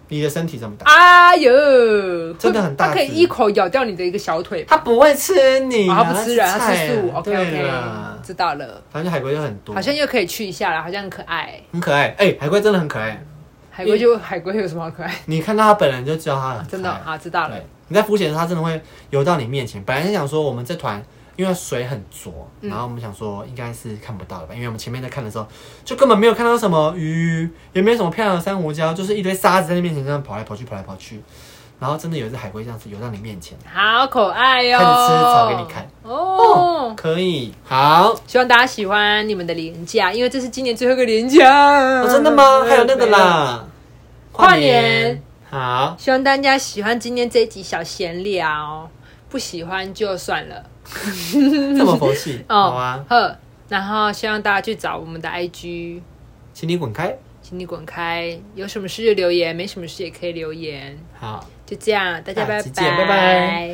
Speaker 3: 你的身体这么大，
Speaker 2: 哎呦，
Speaker 3: 真的很大只
Speaker 2: 它可以一口咬掉你的一个小腿吧。
Speaker 3: 它不会吃你
Speaker 2: 哦
Speaker 3: 啊，
Speaker 2: 它不吃人，它
Speaker 3: 菜
Speaker 2: 吃素。
Speaker 3: 啊
Speaker 2: OK
Speaker 3: 对
Speaker 2: OK，
Speaker 3: 啦
Speaker 2: 知道了。
Speaker 3: 反正海龟就很多，
Speaker 2: 好像又可以去一下了，好像很可爱。
Speaker 3: 很可爱，哎，海龟真的很可爱，
Speaker 2: 海龟就海龟有什么好可爱？
Speaker 3: 你看到它本人就知道它很可爱
Speaker 2: 真的哦好知道了
Speaker 3: 对。，你在浮潜的时候，它真的会游到你面前。本来是想说我们这团因为水很浊，
Speaker 2: 嗯
Speaker 3: 然后我们想说应该是看不到了吧，因为我们前面在看的时候就根本没有看到什么鱼，也没什么漂亮的珊瑚礁，就是一堆沙子在你面前这样跑来跑去，跑来跑去。然后真的有一只海龟这样子游到你面前，
Speaker 2: 好可爱哟、
Speaker 3: 开始吃草给你看
Speaker 2: 哦。
Speaker 3: 可以好。哦
Speaker 2: 希望大家喜欢你们的廉价，因为这是今年最后一个廉价、
Speaker 3: 哦真的吗？还有那个啦，
Speaker 2: 跨年
Speaker 3: 好，
Speaker 2: 希望大家喜欢今天这一集小闲聊，不喜欢就算了。
Speaker 3: 这么佛系，
Speaker 2: 哦
Speaker 3: 好啊，
Speaker 2: 呵，然后希望大家去找我们的 IG，
Speaker 3: 请你滚开。
Speaker 2: 请你滚开。有什么事就留言，没什么事也可以留言。
Speaker 3: 好。
Speaker 2: 就这样，大家
Speaker 3: 下
Speaker 2: 拜
Speaker 3: 次见拜
Speaker 2: 拜
Speaker 3: 拜